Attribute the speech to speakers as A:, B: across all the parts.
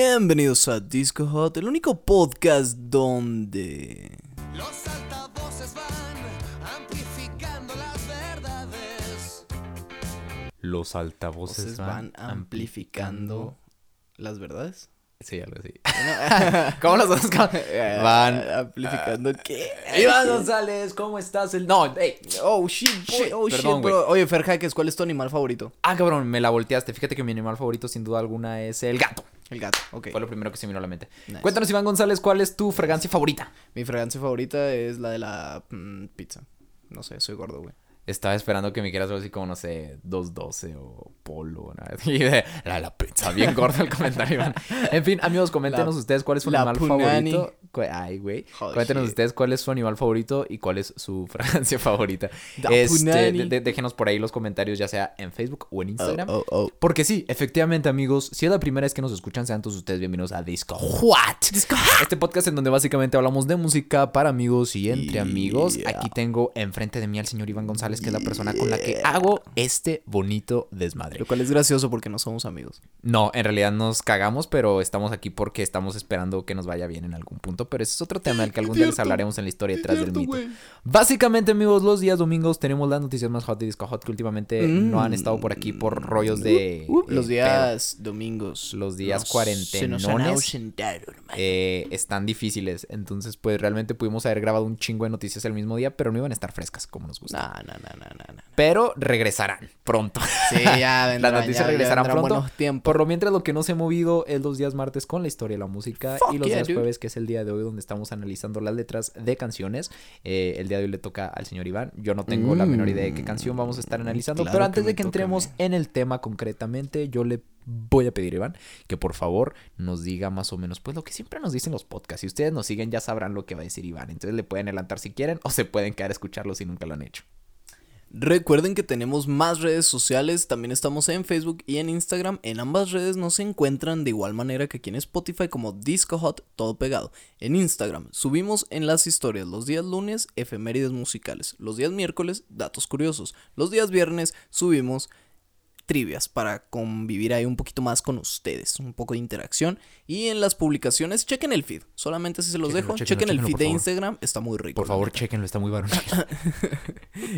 A: Bienvenidos a Disco Hot, el único podcast donde...
B: Los altavoces van amplificando las verdades.
C: Los altavoces
A: Voces van
C: van,
A: amplificando las verdades.
C: Sí, algo así.
A: ¿Cómo las vas?
C: Van-
A: amplificando qué?
C: Iván González, ¿cómo estás? El... No, hey.
A: Oh shit, boy, oh
C: Perdón,
A: shit,
C: güey.
A: bro. Oye, Fer Jaques, ¿cuál es tu animal favorito?
C: Ah, cabrón, me la volteaste. Fíjate que mi animal favorito, sin duda alguna, es el gato.
A: El gato, ok.
C: Fue lo primero que se me vino a la mente.
A: Nice.
C: Cuéntanos, Iván González, ¿cuál es tu fragancia favorita?
A: Mi fragancia favorita es la de la mm, pizza. No sé, soy gordo, güey.
C: Estaba esperando que me quieras algo así como, no sé, 212 o polo. ¿no? Y de la, la pizza, bien gordo el comentario, Iván. En fin, amigos, coméntenos
A: La-
C: ustedes cuál es su
A: la
C: animal
A: punani.
C: favorito. Cu- Ay, güey.
A: Joder.
C: Cuéntenos ustedes cuál es su animal favorito y cuál es su fragancia favorita.
A: La
C: Este,
A: punani.
C: de- de- déjenos por ahí los comentarios, ya sea en Facebook o en Instagram.
A: Oh, oh, oh.
C: Porque sí, efectivamente, amigos, si es la primera vez que nos escuchan, sean todos ustedes bienvenidos a Disco What. Este podcast en donde básicamente hablamos de música para amigos y entre amigos.
A: Yeah.
C: Aquí tengo enfrente de mí al señor Iván González, que es la persona con la que hago este bonito desmadre.
A: Lo cual es gracioso porque no somos amigos.
C: No, en realidad nos cagamos, pero estamos aquí porque estamos esperando que nos vaya bien en algún punto. Pero ese es otro tema del que algún día les hablaremos en la historia detrás del mito. Básicamente, amigos, los días domingos tenemos las noticias más hot de Disco Hot que últimamente Eh, no han estado por aquí por rollos de.
A: Mm. Uh, los
C: eh,
A: días domingos.
C: Los días
A: nos- Se nos han
C: cuarentenones.
A: ausentado, hermano.
C: eh, están difíciles. Entonces, pues realmente pudimos haber grabado un chingo de noticias el mismo día, pero no iban a estar frescas como nos gusta.
A: No, no, no, no, no, no.
C: Pero regresarán pronto.
A: Sí, ya vendrán.
C: Las noticias
A: ya- ya
C: regresarán
A: vendrán
C: pronto.
A: buenos tiempos.
C: Por lo mientras lo que no se ha movido es los días martes con la historia de la música
A: Fuck
C: y los
A: yeah,
C: días
A: dude.
C: jueves, que es el día de hoy donde estamos analizando las letras de canciones. Eh, el día de hoy le toca al señor Iván. Yo no tengo la menor idea de qué canción vamos a estar analizando,
A: Mm, claro
C: pero
A: que
C: antes
A: me
C: de que
A: toca a
C: entremos
A: mí.
C: en el tema concretamente, yo le voy a pedir a Iván que por favor nos diga más o menos pues lo que siempre nos dicen los podcasts. Si ustedes nos siguen ya sabrán lo que va a decir Iván. Entonces le pueden adelantar si quieren o se pueden quedar a escucharlo si nunca lo han hecho.
A: Recuerden que tenemos más redes sociales, también estamos en Facebook y en Instagram. En ambas redes nos encuentran de igual manera que aquí en Spotify como Disco Hot, todo pegado. En Instagram subimos en las historias los días lunes efemérides musicales, los días miércoles datos curiosos, los días viernes subimos trivias para convivir ahí un poquito más con ustedes, un poco de interacción y en las publicaciones chequen el feed, solamente si se los
C: Chéquenlo,
A: dejo,
C: chéquenlo,
A: chequen el
C: chéquenlo,
A: feed
C: por
A: de
C: favor.
A: Instagram, está muy rico.
C: Por
A: la
C: favor,
A: neta.
C: chequenlo, está muy varonil.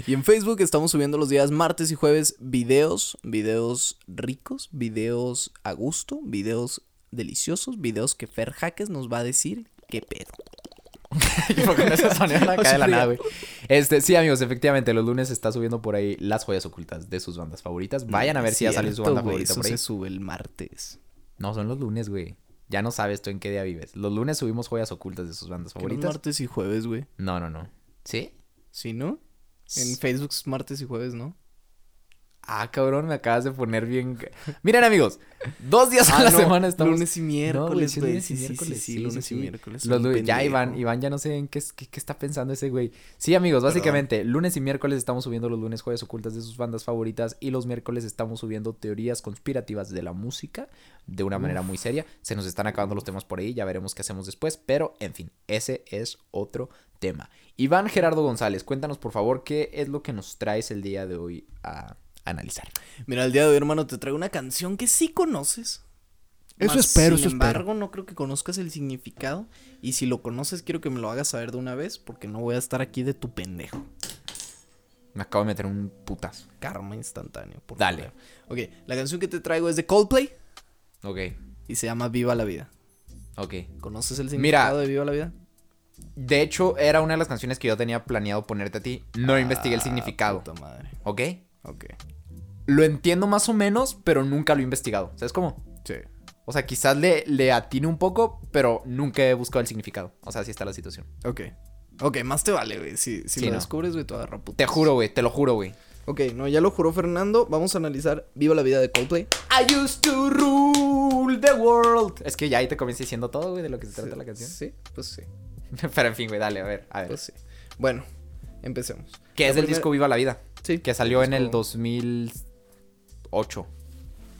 A: Y en Facebook estamos subiendo los días martes y jueves videos, videos ricos, videos a gusto, videos deliciosos, videos que Fer Jaques nos va a decir qué pedo.
C: Y fue con ese sonido en la
A: O
C: calle de la
A: sea,
C: nada, güey. Este, sí, amigos, efectivamente, los lunes está subiendo por ahí las joyas ocultas de sus bandas favoritas. Mm, Vayan a ver si ya salió su
A: Cierto,
C: banda
A: güey,
C: favorita
A: eso
C: por ahí.
A: se sube el martes.
C: No, son los lunes, güey. Ya no sabes tú en qué día vives. Los lunes subimos joyas ocultas de sus bandas
A: ¿Qué no es
C: favoritas.
A: martes y jueves, güey.
C: No, no, no. ¿Sí?
A: ¿Sí, no? En
C: S-
A: Facebook es martes y jueves, ¿no?
C: Ah, cabrón, me acabas de poner bien. Miren, amigos, dos días a
A: Ah,
C: la
A: no,
C: semana estamos.
A: Lunes y
C: No, güey,
A: miércoles,
C: sí,
A: güey.
C: lunes
A: sí,
C: y
A: sí, sí,
C: miércoles,
A: sí,
C: sí,
A: lunes
C: sí,
A: y
C: sí.
A: miércoles.
C: Los
A: un
C: lu- ya,
A: pendejo.
C: Iván, Iván ya no sé en qué, es- qué- qué está pensando ese güey. Sí, amigos, básicamente, lunes y miércoles estamos subiendo los lunes jueves ocultas de sus bandas favoritas y los miércoles estamos subiendo teorías conspirativas de la música de una manera muy seria. Se nos están acabando los temas por ahí, ya veremos qué hacemos después, pero en fin, ese es otro tema. Iván Gerardo González, cuéntanos por favor qué es lo que nos traes el día de hoy a analizar.
A: Mira, el día de hoy, hermano, te traigo una canción que sí conoces.
C: Eso
A: Mas,
C: espero,
A: Sin
C: eso espero.
A: embargo, no creo que conozcas el significado. Y si lo conoces, quiero que me lo hagas saber de una vez, porque no voy a estar aquí de tu pendejo.
C: Me acabo de meter un putazo.
A: Karma instantáneo. por
C: Dale.
A: favor. Ok, la canción que te traigo es de Coldplay
C: Ok,
A: y se llama Viva la Vida.
C: ok.
A: ¿Conoces el
C: Mira.
A: significado de Viva la Vida?
C: De hecho, era una de las canciones que yo tenía planeado ponerte a ti. No investigué el
A: Ah,
C: significado.
A: puta madre.
C: ¿Ok?
A: Ok.
C: Lo entiendo más o menos, pero nunca lo he investigado. ¿Sabes cómo?
A: Sí.
C: O sea, quizás le, le atine un poco, pero nunca he buscado el significado. O sea, así está la situación.
A: Ok. Ok, más te vale, güey. Si, si
C: Sí,
A: lo
C: no.
A: descubres, güey, te agarra putas.
C: Te juro, güey, te lo juro, güey.
A: Ok, no, ya lo juró Fernando. Vamos a analizar Viva la Vida de Coldplay.
C: I used to rule the world. Es que ya ahí te comencé diciendo todo, güey, de lo que se trata la canción.
A: Sí, pues sí.
C: Pero en fin, güey, dale, a ver, a ver.
A: Pues sí. Bueno, empecemos.
C: que
A: la
C: es del
A: primera-
C: disco Viva la Vida.
A: Sí.
C: Que salió en el
A: Disco-
C: 2008.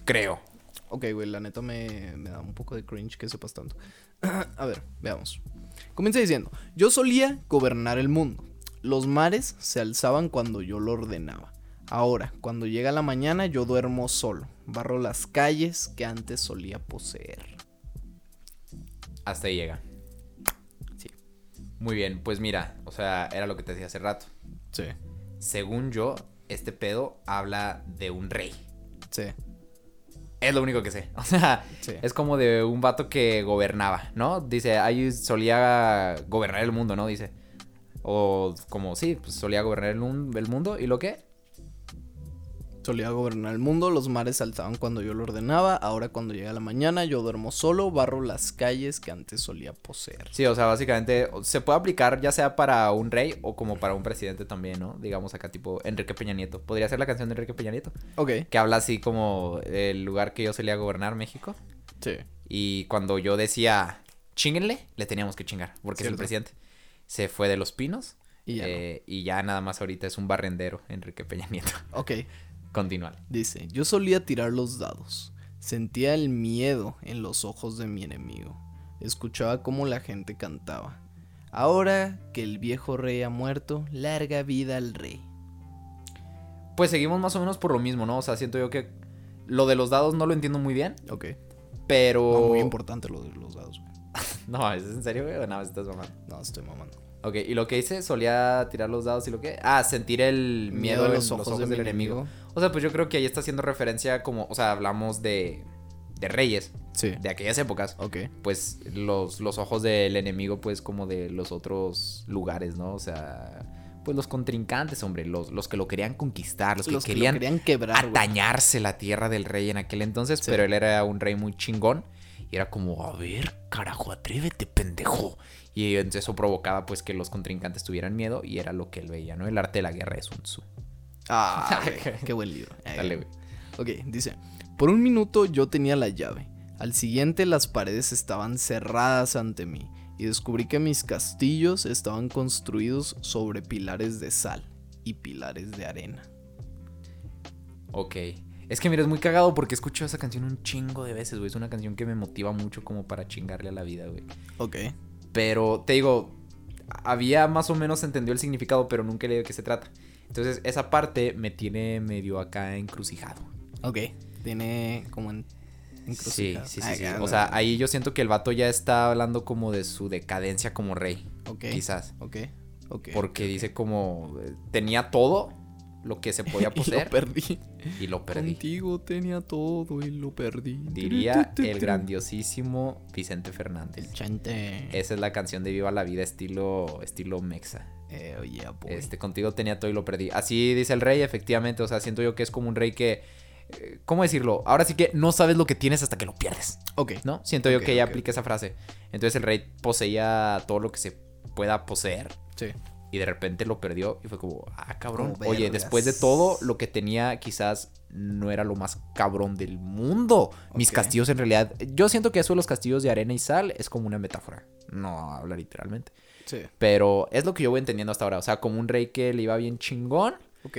C: Creo.
A: Ok, güey, la neta me, me da un poco de cringe que sepas tanto. A ver, veamos. Comienza diciendo, yo solía gobernar el mundo. Los mares se alzaban cuando yo lo ordenaba. Ahora, cuando llega la mañana, yo duermo solo. Barro las calles que antes solía poseer.
C: Hasta ahí llega.
A: Sí.
C: Muy bien, pues mira, o sea, era lo que te decía hace rato.
A: Sí,
C: Según yo, este pedo habla de un rey.
A: sí,
C: Es lo único que sé. O sea,
A: sí.
C: es como de un vato que gobernaba, ¿no? Dice, ahí solía gobernar el mundo, ¿no? Dice. O como, sí, pues solía gobernar el, mun- el mundo. ¿Y lo que?
A: Solía gobernar el mundo, los mares saltaban cuando yo lo ordenaba, ahora cuando llega la mañana yo duermo solo, barro las calles que antes solía poseer.
C: Sí, o sea, básicamente o- se puede aplicar ya sea para un rey o como para un presidente también, ¿no? Digamos acá tipo Enrique Peña Nieto. Podría ser la canción de Enrique Peña Nieto,
A: Ok,
C: que habla así como el lugar que yo solía gobernar, México.
A: sí,
C: Y cuando yo decía, chinguenle, le teníamos que chingar, porque es el
A: Cierto.
C: presidente. Se fue de los pinos
A: y ya. no.
C: eh, y ya nada más ahorita es un barrendero, Enrique Peña Nieto.
A: Ok,
C: Continúa.
A: dice, yo solía tirar los dados, sentía el miedo en los ojos de mi enemigo, escuchaba cómo la gente cantaba. Ahora que el viejo rey ha muerto, larga vida al rey.
C: Pues seguimos más o menos por lo mismo, ¿no? O sea, siento yo que lo de los dados no lo entiendo muy bien,
A: Ok,
C: pero...
A: no, muy importante lo de los dados, güey.
C: No, ¿es en serio, güey? ¿O nada más estás mamando?
A: No, estoy mamando.
C: Ok, y lo que hice, solía tirar los dados y lo que. Ah, sentir el miedo, en los ojos,
A: de
C: del
A: mi
C: enemigo. O sea, pues yo creo que ahí está haciendo referencia como. O sea, hablamos de. de reyes,
A: Sí,
C: de aquellas épocas.
A: ok,
C: Pues los, los ojos del enemigo, pues, como de los otros lugares, ¿no? O sea. Pues los contrincantes, hombre, los, los que lo querían conquistar, los que
A: Los que lo
C: querían
A: querían quebrar, güey.
C: atañarse la tierra del rey en aquel entonces,
A: Sí.
C: pero él era un rey muy chingón y era como, a ver, carajo, atrévete, pendejo. Y entonces eso provocaba pues que los contrincantes tuvieran miedo y era lo que él veía, ¿no? El arte de la guerra es un Tzu.
A: Ah, güey, qué buen libro. Eh,
C: Dale, güey.
A: Ok, dice, por un minuto yo tenía la llave, al siguiente las paredes estaban cerradas ante mí y descubrí que mis castillos estaban construidos sobre pilares de sal y pilares de arena.
C: Ok. Es que mira, es muy cagado porque he escuchado esa canción un chingo de veces, güey. Es una canción que me motiva mucho como para chingarle a la vida, güey.
A: Ok,
C: Pero te digo, había más o menos entendido el significado, pero nunca he leído de qué se trata. Entonces esa parte me tiene medio acá encrucijado.
A: ok, tiene como en... encrucijada.
C: Sí, sí, sí.
A: Ay,
C: sí.
A: ya,
C: O sea, ahí yo siento que el vato ya está hablando como de su decadencia como rey,
A: ok,
C: quizás.
A: ok, ok.
C: Porque dice como eh, tenía todo lo que se podía
A: Y lo
C: poseer
A: perdí.
C: y lo perdí.
A: Contigo tenía todo y lo perdí.
C: Diría
A: Tu, tu, tu,
C: el
A: tu.
C: grandiosísimo Vicente
A: El
C: Fernández.
A: chante.
C: Esa es la canción de Viva la Vida estilo estilo mexa.
A: Eh, oye, boy.
C: Este, contigo tenía todo y lo perdí. Así dice el rey, efectivamente. O sea, siento yo que es como un rey que. eh, ¿Cómo decirlo? Ahora sí que no sabes lo que tienes hasta que lo pierdes.
A: Ok,
C: ¿no? Siento
A: Ok,
C: yo que ella
A: ok.
C: aplica esa frase. Entonces el rey poseía todo lo que se pueda poseer
A: sí.
C: y de repente lo perdió y fue como, ah, cabrón.
A: Como
C: Oye,
A: vergas.
C: después de todo lo que tenía quizás no era lo más cabrón del mundo. Mis
A: Ok.
C: castillos en realidad, yo siento que eso de los castillos de arena y sal es como una metáfora. No habla literalmente.
A: Sí.
C: Pero es lo que yo voy entendiendo hasta ahora. O sea, como un rey que le iba bien chingón
A: Ok.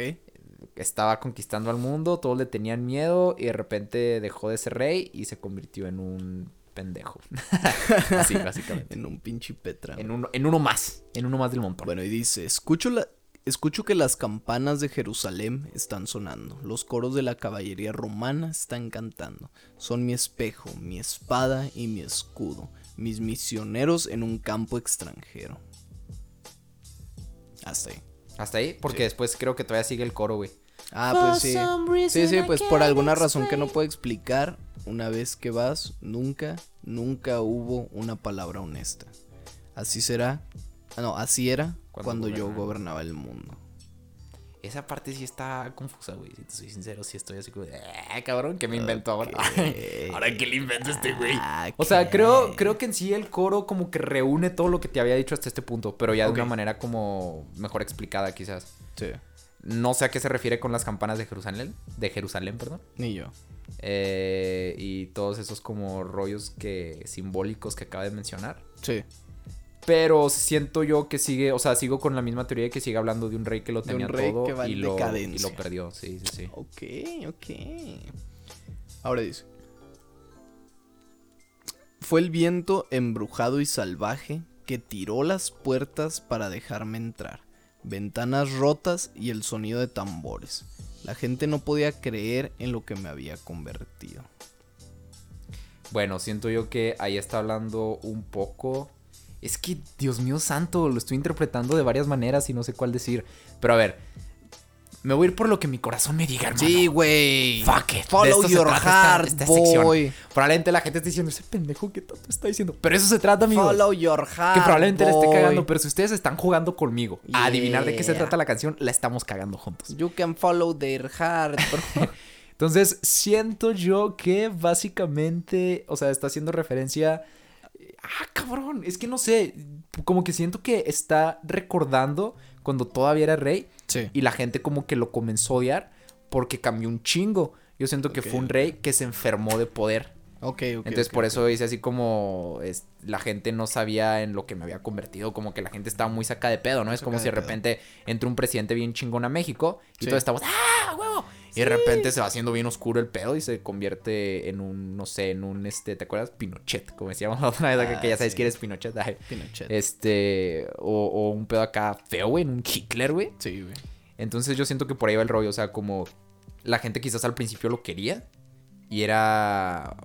C: estaba conquistando al mundo, todos le tenían miedo y de repente dejó de ser rey y se convirtió en un pendejo. Así, básicamente.
A: En un pinche Petra.
C: En uno, en uno más, en uno más del montón.
A: Bueno, y dice, escucho, la... escucho que las campanas de Jerusalén están sonando, los coros de la caballería romana están cantando, son mi espejo, mi espada y mi escudo, mis misioneros en un campo extranjero. Hasta ahí.
C: Hasta ahí, porque después creo que todavía sigue el coro, güey.
A: Ah, pues sí. Sí, sí, pues por alguna razón que no puedo explicar, una vez que vas, nunca, nunca hubo una palabra honesta. Así será, ah, no, así era cuando,
C: Cuando
A: yo
C: gobernaba.
A: gobernaba el mundo.
C: Esa parte sí está confusa, güey. Si te soy sincero, sí estoy así como, de, "Ah, cabrón, ¿qué me invento ahora? ahora, ¿qué le invento a este güey?
A: Ah,
C: O sea, creo, creo que en sí el coro como que reúne todo lo que te había dicho hasta este punto, pero ya de una
A: Ok.
C: manera como mejor explicada quizás.
A: Sí,
C: No sé a qué se refiere con las campanas de Jerusalén. De Jerusalén, perdón.
A: ni yo.
C: eh, y todos esos como rollos que simbólicos que acaba de mencionar.
A: Sí,
C: Pero siento yo que sigue, o sea, sigo con la misma teoría de que sigue hablando de un rey que lo
A: De un
C: tenía
A: rey
C: todo
A: que va
C: y,
A: en
C: lo, y
A: decadencia.
C: lo perdió. Sí, sí, sí.
A: ok, ok. Ahora dice. Fue el viento embrujado y salvaje que tiró las puertas para dejarme entrar. Ventanas rotas y el sonido de tambores. La gente no podía creer en lo que me había convertido.
C: Bueno, siento yo que ahí está hablando un poco. Es que, Dios mío santo, lo estoy interpretando de varias maneras y no sé cuál decir. Pero a ver, me voy a ir por lo que mi corazón me diga, hermano.
A: Sí, güey.
C: Fuck it. De
A: Follow
C: esto se
A: your
C: trata esta-
A: heart,
C: esta sección.
A: boy.
C: Probablemente la gente está diciendo, ese pendejo que tanto está diciendo. Pero eso se trata, amigos.
A: Follow your heart.
C: que probablemente le esté
A: boy.
C: cagando, pero si ustedes están jugando conmigo a adivinar de qué se
A: Yeah.
C: trata la canción, la estamos cagando juntos.
A: You can follow their heart, bro.
C: Entonces, siento yo que básicamente, o sea, está haciendo referencia. Ah, cabrón, es que no sé, como que siento que está recordando cuando todavía era rey
A: sí.
C: y la gente como que lo comenzó a odiar porque cambió un chingo. Yo siento que
A: Ok.
C: fue un rey que se enfermó de poder.
A: Ok, ok.
C: Entonces,
A: ok.
C: por eso dice así como es- la gente no sabía en lo que me había convertido, como que la gente estaba muy saca de pedo, ¿no? Es como
A: Saca
C: si de
A: de pedo.
C: repente entra un presidente bien chingón a México y
A: Sí.
C: todos estamos, ¡ah, huevo! Y de repente se va haciendo bien oscuro el pedo y se convierte en un, no sé, en un, este, ¿te acuerdas? Pinochet, como decíamos la otra vez, acá,
A: Ah,
C: que ya sabes
A: sí.
C: quién es Pinochet, ay.
A: Pinochet.
C: Este, o, o un pedo acá feo, güey, en un Hitler, güey.
A: Sí, güey.
C: Entonces yo siento que por ahí va el rollo, o sea, como la gente quizás al principio lo quería y era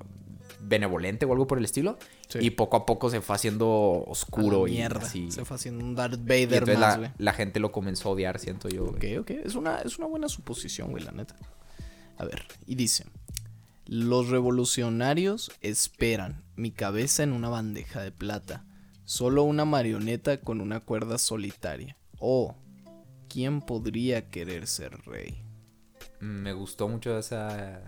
C: benevolente o algo por el estilo
A: Sí.
C: y poco a poco se fue haciendo
A: A la
C: oscuro y
A: mierda.
C: así.
A: Se fue haciendo un Darth
C: Y
A: Vader
C: entonces
A: más, güey.
C: la, la gente lo comenzó a odiar, siento yo. güey.
A: Ok, ok. Es una, es una buena suposición, güey, la neta. A ver, y dice: Los revolucionarios esperan mi cabeza en una bandeja de plata. Solo una marioneta con una cuerda solitaria. Oh, ¿quién podría querer ser rey?
C: Mm, Me gustó mucho esa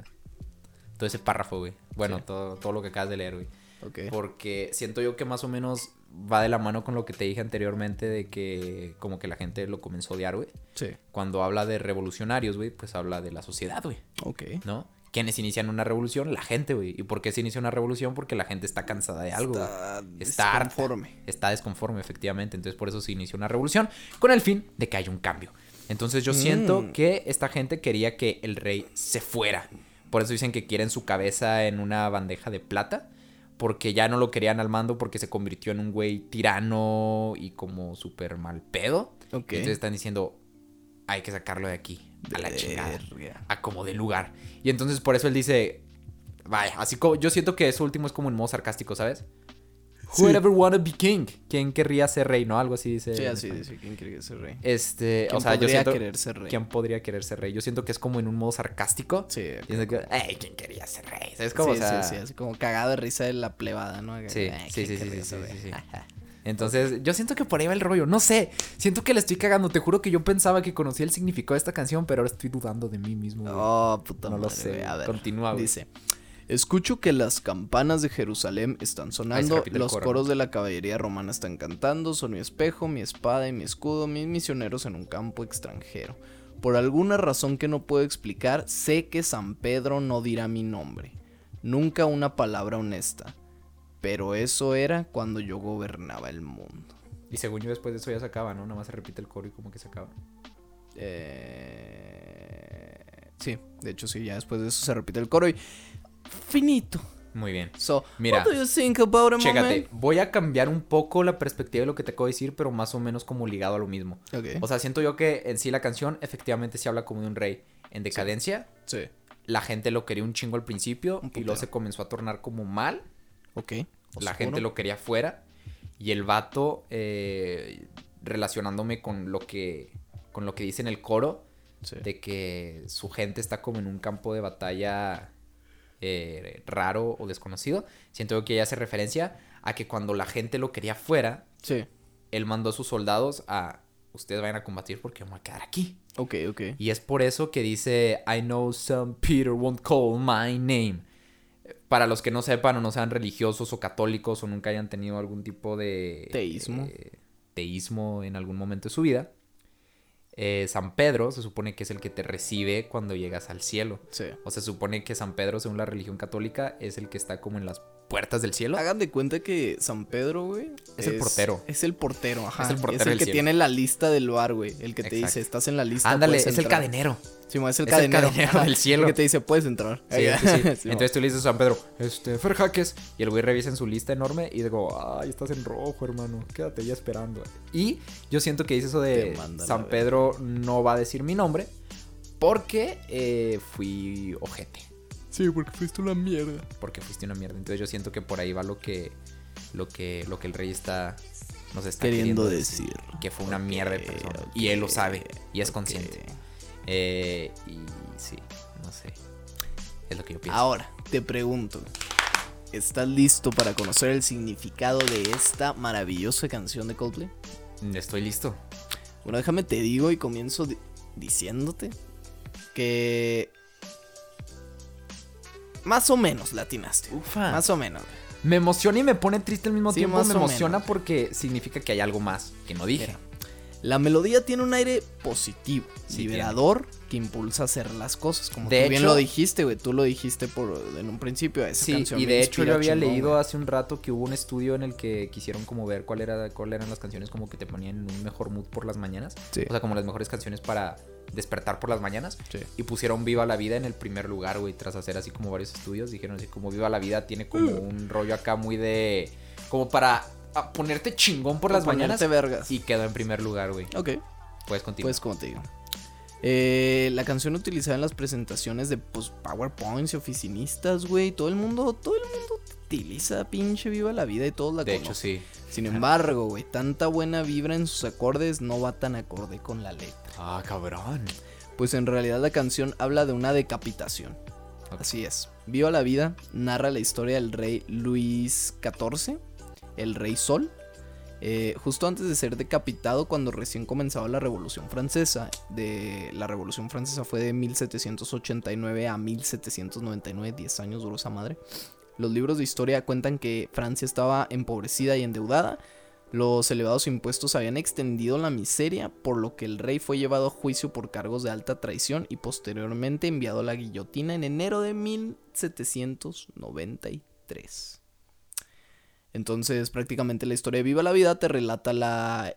C: todo ese párrafo, güey. Bueno,
A: Sí.
C: todo, todo lo que acabas de leer, güey.
A: Ok.
C: Porque siento yo que más o menos va de la mano con lo que te dije anteriormente de que como que la gente lo comenzó a odiar, güey.
A: Sí.
C: Cuando habla de revolucionarios, güey, pues habla de la sociedad, güey.
A: Ok.
C: ¿no? Quienes inician una revolución? La gente, güey. ¿Y por qué se inicia una revolución? Porque la gente está cansada de algo. güey.
A: Está,
C: Está harta.
A: desconforme.
C: Está desconforme, efectivamente. Entonces, por eso se inició una revolución con el fin de que haya un cambio. Entonces, yo siento
A: Mm.
C: que esta gente quería que el rey se fuera. Por eso dicen que quieren su cabeza en una bandeja de plata. Porque ya no lo querían al mando porque se convirtió en un güey tirano y como súper mal pedo.
A: Ok.
C: Entonces están diciendo, hay que sacarlo de aquí, a la chingada
A: Verga.
C: a como de lugar. Y entonces por eso él dice, vaya, así como yo siento que eso último es como en modo sarcástico, ¿sabes?
A: Sí.
C: Who would ever wanna be king? ¿Quién querría ser rey, no? Algo así dice.
A: Sí,
C: en
A: así
C: español.
A: dice: ¿quién quiere ser rey?
C: Este,
A: ¿Quién
C: o sea, yo
A: podría
C: siento
A: querer ser rey?
C: quién podría querer ser rey. Yo siento que es como en un modo sarcástico.
A: Sí.
C: Y es de que, "Ey, ¿quién quería ser rey? ¿Sabes cómo?
A: sí,
C: o sea,
A: sí, sí, así como cagado de risa de la plebada, ¿no?
C: Sí,
A: Ay,
C: sí,
A: qué-
C: sí,
A: qué
C: sí, sí,
A: risa,
C: sí,
A: güey.
C: sí, sí. Entonces, yo siento que por ahí va el rollo. No sé, siento que le estoy cagando. Te juro que yo pensaba que conocía el significado de esta canción, pero ahora estoy dudando de mí mismo. güey.
A: Oh, puta
C: No lo
A: madre,
C: sé,
A: güey. A ver,
C: continúa, güey.
A: Dice, escucho que las campanas de Jerusalén están sonando,
C: repite el
A: los
C: Ah, coro,
A: coros de la caballería romana están cantando, son mi espejo, mi espada y mi escudo, mis misioneros en un campo extranjero. Por alguna razón que no puedo explicar, sé que San Pedro no dirá mi nombre. Nunca una palabra honesta. Pero eso era cuando yo gobernaba el mundo.
C: Y según yo, después de eso ya se acaba, ¿no? Nada más se repite el coro y como que se acaba.
A: Eh, Sí, de hecho sí, ya después de eso se repite el coro y... Finito.
C: Muy bien.
A: So,
C: Mira,
A: what do you think about a
C: Chécate,
A: moment?
C: voy a cambiar un poco la perspectiva de lo que te acabo de decir, pero más o menos como ligado a lo mismo.
A: Ok,
C: O sea, siento yo que en sí la canción efectivamente se habla como de un rey en decadencia.
A: sí.
C: La gente lo quería un chingo al principio
A: Un
C: y luego
A: putero.
C: se comenzó a tornar como mal.
A: Ok.
C: La gente lo quería fuera. Y el vato, eh, relacionándome con lo que. con lo que dice en el coro.
A: Sí.
C: de que su gente está como en un campo de batalla eh, raro o desconocido. Siento que ella hace referencia a que cuando la gente lo quería fuera,
A: Sí.
C: él mandó a sus soldados a ustedes vayan a combatir porque yo me voy a quedar aquí.
A: Ok, ok.
C: Y es por eso que dice I know St. Peter won't call my name. Para los que no sepan o no sean religiosos o católicos o nunca hayan tenido algún tipo de
A: Teísmo.
C: eh, teísmo en algún momento de su vida, eh, San Pedro se supone que es el que te recibe cuando llegas al cielo.
A: Sí.
C: O se supone que San Pedro, según la religión católica, es el que está como en las puertas del cielo.
A: Hagan de cuenta que San Pedro, güey.
C: Es el portero.
A: Es el portero, ajá.
C: Es el portero
A: Es el
C: del
A: que
C: cielo.
A: tiene la lista del bar, güey. El que te
C: Exacto.
A: dice, estás en la lista.
C: Ándale, es
A: puedes
C: el
A: entrar".
C: cadenero.
A: Sí, mo, es el
C: es el
A: cadenero.
C: cadenero
A: ajá,
C: del cielo.
A: El que te dice, puedes entrar.
C: Sí, sí, sí.
A: Sí, mo.
C: Entonces tú le dices a San Pedro, este, Fer Jaques. Y el güey revisa en su lista enorme y digo, ay, estás en rojo, hermano. Quédate ya esperando. Y yo siento que dice eso
A: Te
C: de
A: manda a la
C: San
A: verga.
C: Pedro no va a decir mi nombre porque eh, fui ojete.
A: Sí, porque fuiste una mierda.
C: porque fuiste una mierda. Entonces yo siento que por ahí va lo que lo que lo que el rey está nos está
A: Queriendo
C: queriendo,
A: decir.
C: que fue una mierda de persona y él lo sabe y es consciente. Eh, y sí, no sé. Es lo que yo pienso.
A: Ahora, te pregunto. ¿Estás listo para conocer el significado de esta maravillosa canción de Coldplay?
C: Estoy listo.
A: Bueno, déjame te digo y comienzo di- diciéndote que más o menos latinaste.
C: Ufa.
A: Más o menos.
C: Me emociona y me pone triste al mismo
A: Sí,
C: tiempo.
A: más
C: Me
A: o
C: emociona
A: menos.
C: porque significa que hay algo más que no dije.
A: Mira, La melodía tiene un aire positivo,
C: Sí,
A: liberador, que impulsa a hacer las cosas. Como
C: De
A: tú bien
C: hecho-
A: lo dijiste, güey. Tú lo dijiste por, en un principio. Esa
C: Sí,
A: canción
C: y
A: me
C: de hecho
A: inspira
C: yo había
A: chingón,
C: leído
A: güey.
C: hace un rato que hubo un estudio en el que quisieron como ver cuál era cuál eran las canciones como que te ponían en un mejor mood por las mañanas,
A: Sí.
C: o sea, como las mejores canciones para despertar por las mañanas
A: Sí.
C: y pusieron Viva la Vida en el primer lugar, güey, tras hacer así como varios estudios, dijeron así como Viva la Vida tiene como
A: Mm.
C: un rollo acá muy de como para ah, ponerte chingón por
A: O
C: las
A: ponerte
C: mañanas
A: vergas.
C: y quedó en primer lugar, güey.
A: Ok,
C: Puedes continuar.
A: pues como te digo. Eh, la canción utilizada en las presentaciones de pues, PowerPoints y oficinistas, güey. Todo el mundo, todo el mundo utiliza pinche viva la vida y todos la
C: de hecho
A: conocen.
C: sí.
A: Sin embargo, güey, tanta buena vibra en sus acordes no va tan acorde con la letra.
C: Ah, cabrón.
A: Pues en realidad la canción habla de una decapitación.
C: Ok.
A: Así es. Viva la vida narra la historia del rey Luis XIV, el rey Sol, eh, justo antes de ser decapitado cuando recién comenzaba la Revolución Francesa. De, la Revolución Francesa fue de 1789 a 1799, 10 años duró esa madre. Los libros de historia cuentan que Francia estaba empobrecida y endeudada. Los elevados impuestos habían extendido la miseria, por lo que el rey fue llevado a juicio por cargos de alta traición y posteriormente enviado a la guillotina en enero de 1793. Entonces, prácticamente la historia de Viva la Vida te relata la,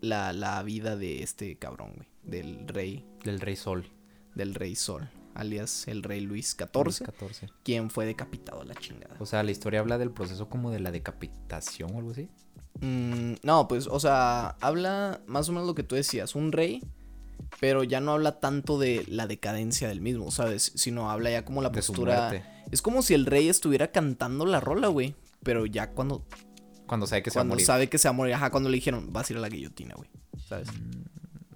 A: la, la vida de este cabrón, güey, del rey,
C: Del Rey Sol.
A: del rey Sol, alias el rey Luis
C: Luis
A: XIV,
C: 14.
A: quien fue decapitado a la chingada.
C: O sea, la historia habla del proceso como de la decapitación o algo así.
A: Mm, no, pues, o sea, habla más o menos lo que tú decías, un rey, pero ya no habla tanto de la decadencia del mismo, ¿sabes? Sino habla ya como la
C: De su muerte.
A: postura. Es como si el rey estuviera cantando la rola, güey. Pero ya cuando,
C: Cuando sabe que se va a
A: cuando
C: morir.
A: sabe que se va a morir, ajá, cuando le dijeron, vas a ir a la guillotina, güey. ¿Sabes?
C: Mm,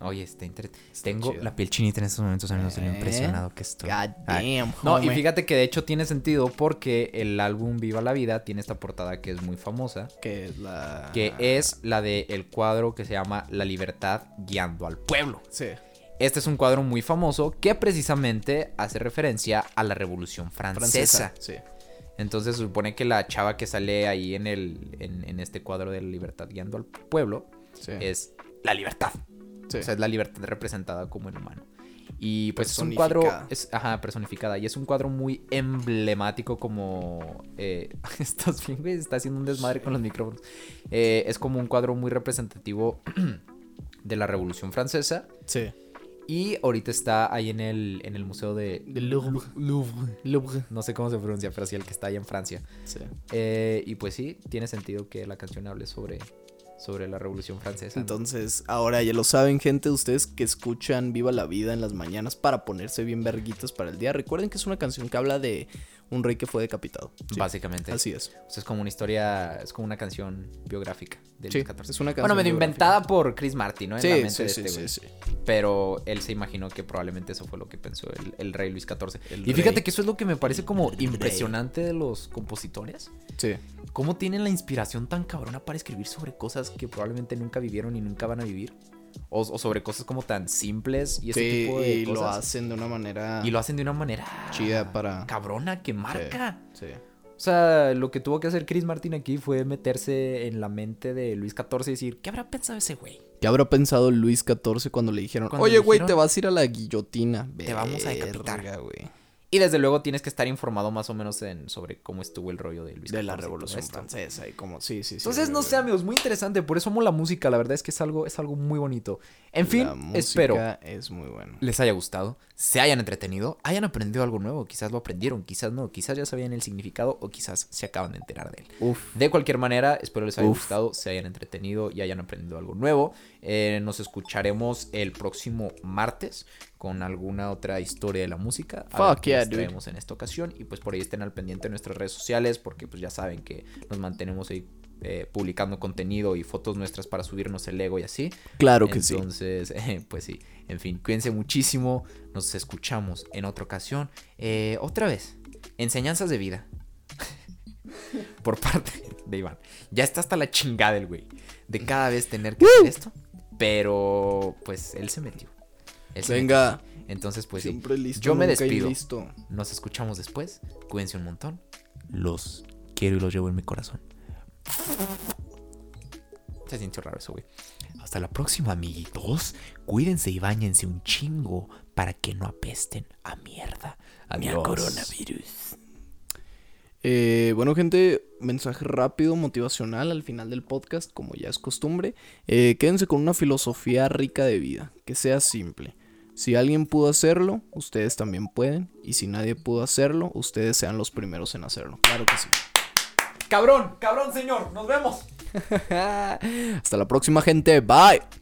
C: Oye, está interesante. Tengo
A: chido.
C: la piel chinita en estos momentos, amigos, de lo
A: Eh,
C: impresionado que estoy.
A: God
C: Ay.
A: damn,
C: ah, No, y
A: homie.
C: fíjate que de hecho tiene sentido porque el álbum Viva la Vida tiene esta portada que es muy famosa,
A: Que es la.
C: que es la del el cuadro que se llama La libertad guiando al pueblo.
A: Sí.
C: Este es un cuadro muy famoso que precisamente hace referencia a la Revolución Francesa.
A: Sí.
C: Entonces se supone que la chava que sale ahí en, el, en, en este cuadro de la libertad guiando al pueblo
A: Sí.
C: es la libertad.
A: sí.
C: O sea, es la libertad representada como el humano. Y pues es un cuadro.
A: Personificada.
C: Es, ajá, personificada. Y es un cuadro muy emblemático como. eh, estás bien, güey. Está haciendo un desmadre con los micrófonos. Eh, es como un cuadro muy representativo de la Revolución Francesa.
A: sí.
C: Y ahorita está ahí en el, en el Museo de.
A: Del Louvre.
C: Louvre.
A: Louvre.
C: No sé cómo se pronuncia, pero sí el que está ahí en Francia.
A: Sí.
C: Eh, y pues sí, tiene sentido que la canción hable sobre, sobre la Revolución Francesa. ¿no?
A: Entonces, ahora ya lo saben, gente, ustedes que escuchan Viva la Vida en las mañanas para ponerse bien verguitas para el día, recuerden que es una canción que habla de un rey que fue decapitado. Sí,
C: Básicamente.
A: Así es.
C: O sea, es como una historia, es como una canción biográfica de
A: Sí,
C: Luis XIV.
A: es una canción
C: bueno, medio
A: biográfica.
C: inventada por Chris Martin, ¿no? En la
A: Sí,
C: mente
A: sí,
C: de
A: sí,
C: este
A: sí,
C: güey.
A: sí.
C: Pero él se imaginó que probablemente eso fue lo que pensó el, el rey Luis XIV.
A: El
C: y fíjate
A: rey.
C: que eso es lo que me parece como
A: El rey.
C: impresionante de los compositores.
A: Sí.
C: Cómo tienen la inspiración tan cabrona para escribir sobre cosas que probablemente nunca vivieron y nunca van a vivir. O, o sobre cosas como tan simples y ese
A: Sí,
C: tipo de
A: y
C: cosas.
A: lo hacen de una manera
C: Y lo Ah, hacen de una manera
A: Ah. chida para...
C: cabrona que marca.
A: Sí.
C: O sea, lo que tuvo que hacer Chris Martin aquí fue meterse en la mente de Luis XIV y decir, ¿qué habrá pensado ese güey?
A: ¿Qué habrá pensado Luis XIV cuando le dijeron,
C: Cuando
A: oye,
C: le
A: güey,
C: dijeron,
A: te vas a ir a la guillotina?
C: "Te vamos a decapitar".
A: Verga, güey.
C: Y desde luego tienes que estar informado más o menos en, sobre cómo estuvo el rollo de Luis XIV.
A: De la
C: y todo
A: Revolución
C: esto.
A: Francesa y como... Sí, sí, sí.
C: Entonces, no
A: güey.
C: sé, amigos, muy interesante. Por eso amo la música. La verdad es que es algo, es algo muy bonito. En fin,
A: La música
C: espero
A: es muy bueno.
C: les haya gustado, se hayan entretenido, hayan aprendido algo nuevo. Quizás lo aprendieron, quizás no, quizás ya sabían el significado o quizás se acaban de enterar de él.
A: Uf.
C: De cualquier manera, espero les haya
A: Uf.
C: gustado, se hayan entretenido y hayan aprendido algo nuevo. Eh, nos escucharemos el próximo martes con alguna otra historia de la música. A
A: Fuck
C: ver qué
A: yeah,
C: les
A: dude.
C: traemos en esta ocasión. Y pues por ahí estén al pendiente de nuestras redes sociales, porque pues ya saben que nos mantenemos ahí eh, publicando contenido y fotos nuestras para subirnos el ego y así.
A: Claro que sí.
C: Entonces, eh, pues sí. En fin, cuídense muchísimo. Nos escuchamos en otra ocasión. Eh, otra vez, enseñanzas de vida. Por parte de Iván. Ya está hasta la chingada el güey. De cada vez tener que hacer esto. Pero, pues, él se metió. Él se
A: Venga.
C: metió. Entonces, pues sí.
A: Siempre listo.
C: Yo me
A: nunca
C: despido.
A: listo.
C: Nos escuchamos después. Cuídense un montón. Los quiero y los llevo en mi corazón. Se sintió raro eso, güey. Hasta la próxima, amiguitos. Cuídense y bañense un chingo para que no apesten a mierda. A mi coronavirus.
A: Eh, bueno, gente, mensaje rápido, motivacional al final del podcast, como ya es costumbre. Eh, quédense con una filosofía rica de vida, que sea simple. Si alguien pudo hacerlo, ustedes también pueden. Y si nadie pudo hacerlo, ustedes sean los primeros en hacerlo. Claro que sí.
C: Cabrón, cabrón, señor. Nos vemos.
A: Hasta la próxima, gente. Bye.